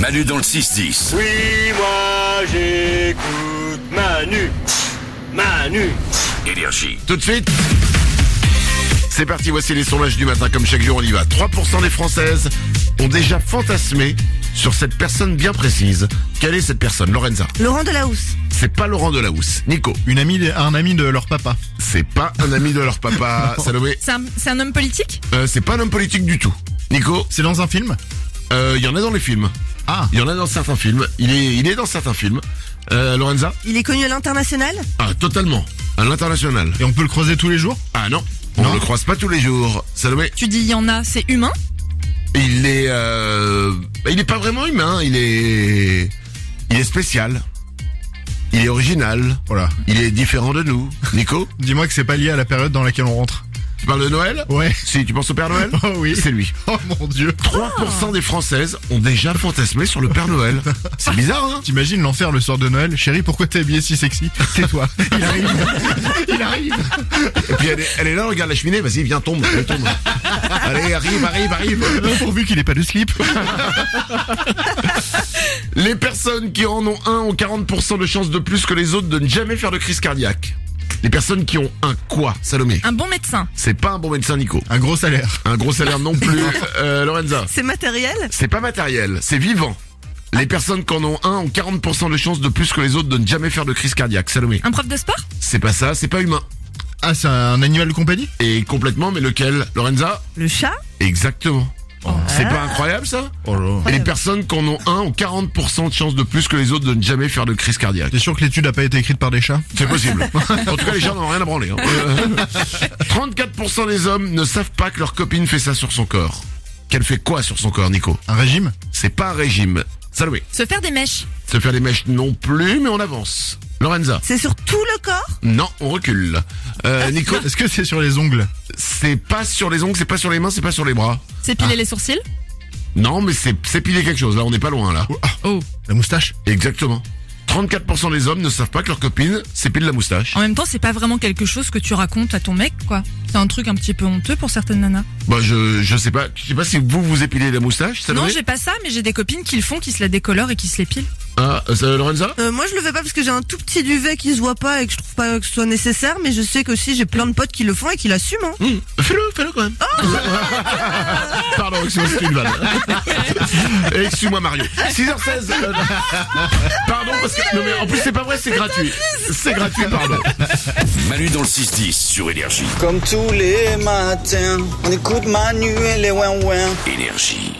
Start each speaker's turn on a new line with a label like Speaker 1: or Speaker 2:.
Speaker 1: Manu dans le 6-10.
Speaker 2: Oui, moi j'écoute Manu. Manu.
Speaker 1: Énergie.
Speaker 3: Tout de suite c'est parti, voici les sondages du matin, comme chaque jour on y va. 3% des Françaises ont déjà fantasmé sur cette personne bien précise. Quelle est cette personne Lorenza
Speaker 4: Laurent Delahousse.
Speaker 3: C'est pas Laurent Delahousse. Nico,
Speaker 5: Une amie, de- un ami de leur papa.
Speaker 3: c'est pas un ami de leur papa. Salomé,
Speaker 6: C'est un, c'est un homme politique
Speaker 3: euh, c'est pas un homme politique du tout. Nico,
Speaker 5: C'est dans un film
Speaker 3: euh, il y en a dans les films.
Speaker 5: Ah,
Speaker 3: Il y en a dans certains films. Il est, il est dans certains films. Euh, Lorenza
Speaker 4: Il est connu à l'international
Speaker 3: Ah, totalement. À l'international.
Speaker 5: et on peut le croiser tous les jours
Speaker 3: Ah non, on
Speaker 5: Non.
Speaker 3: le croise pas tous les jours. Salomé,
Speaker 6: Tu dis il y en a, c'est humain
Speaker 3: il est, euh, bah, il est pas vraiment humain. Il est, il est spécial. Il est original.
Speaker 5: Voilà.
Speaker 3: Il est différent de nous. Nico,
Speaker 5: Dis-moi que c'est pas lié à la période dans laquelle on rentre.
Speaker 3: tu parles de Noël
Speaker 5: Ouais.
Speaker 3: Si tu penses au Père Noël
Speaker 5: Oh oui.
Speaker 3: C'est lui.
Speaker 5: Oh mon dieu.
Speaker 3: 3% des Françaises ont déjà fantasmé sur le Père Noël. C'est bizarre, hein
Speaker 5: T'imagines l'enfer le soir de Noël Chérie, pourquoi t'es habillée si sexy Tais-toi. Il arrive. Il arrive.
Speaker 3: Et puis elle est, elle est là, regarde la cheminée, vas-y, viens, tombe, viens, tombe. Allez, arrive, arrive, arrive.
Speaker 5: Euh, Pourvu qu'il ait pas de slip.
Speaker 3: Les personnes qui en ont un ont 40% de chances de plus que les autres de ne jamais faire de crise cardiaque. Les personnes qui ont un quoi, Salomé
Speaker 6: Un bon médecin
Speaker 3: C'est pas un bon médecin, Nico.
Speaker 5: Un gros salaire.
Speaker 3: Un gros salaire non plus, euh, Lorenza.
Speaker 4: C'est matériel
Speaker 3: C'est pas matériel, c'est vivant. Les personnes qui en ont un ont 40% de chances de plus que les autres de ne jamais faire de crise cardiaque, Salomé.
Speaker 6: Un prof de sport
Speaker 3: C'est pas ça, c'est pas humain.
Speaker 5: Ah, c'est un animal de compagnie
Speaker 3: Et complètement, mais lequel, Lorenza
Speaker 4: Le chat
Speaker 3: Exactement. C'est pas incroyable ça Et Les personnes qui en ont un ont 40% de chances de plus que les autres de ne jamais faire de crise cardiaque.
Speaker 5: T'es sûr que l'étude a pas été écrite par des chats
Speaker 3: C'est possible. en tout cas, les gens n'en ont rien à branler. hein. Euh, 34% des hommes ne savent pas que leur copine fait ça sur son corps. Qu'elle fait quoi sur son corps, Nico
Speaker 5: Un régime
Speaker 3: C'est pas un régime. Saloué.
Speaker 6: Se faire des mèches
Speaker 3: Se faire des mèches non plus, mais on avance. Lorenza.
Speaker 4: C'est sur tout le corps
Speaker 3: Non, on recule. Euh, Nico,
Speaker 5: Est-ce que c'est sur les ongles
Speaker 3: c'est pas sur les ongles, c'est pas sur les mains, c'est pas sur les bras.
Speaker 6: S'épiler les sourcils
Speaker 3: Non, mais c'est c'est piler quelque chose. Là, on n'est pas loin, là.
Speaker 6: Oh
Speaker 5: Ah. La moustache
Speaker 3: Exactement. 34% des hommes ne savent pas que leur copine s'épile la moustache.
Speaker 6: En même temps, c'est pas vraiment quelque chose que tu racontes à ton mec, quoi. C'est un truc un petit peu honteux pour certaines nanas.
Speaker 3: Bah, je, je sais pas. Je sais pas si vous vous épilez la moustache, Salomé
Speaker 6: non, j'ai pas ça, mais j'ai des copines qui le font, qui se la décolorent et qui se l'épilent.
Speaker 3: Ah, euh, ça- Lorenza
Speaker 4: Euh, Moi je le fais pas parce que j'ai un tout petit duvet qui se voit pas et que je trouve pas que ce soit nécessaire, mais je sais que si j'ai plein de potes qui le font et qui l'assument. hein.
Speaker 3: Mmh, Fais-le, fais-le quand même. Pardon, excuse-moi, c'était une vanne. Excuse-moi, Mario. 6h16. euh, pardon, parce que. Non, mais en plus, c'est pas vrai, c'est gratuit. C'est gratuit, pardon.
Speaker 1: Manu dans le 6-10 sur Énergie.
Speaker 7: Comme tous les matins, on écoute Manu et les ouin-ouin.
Speaker 1: Énergie.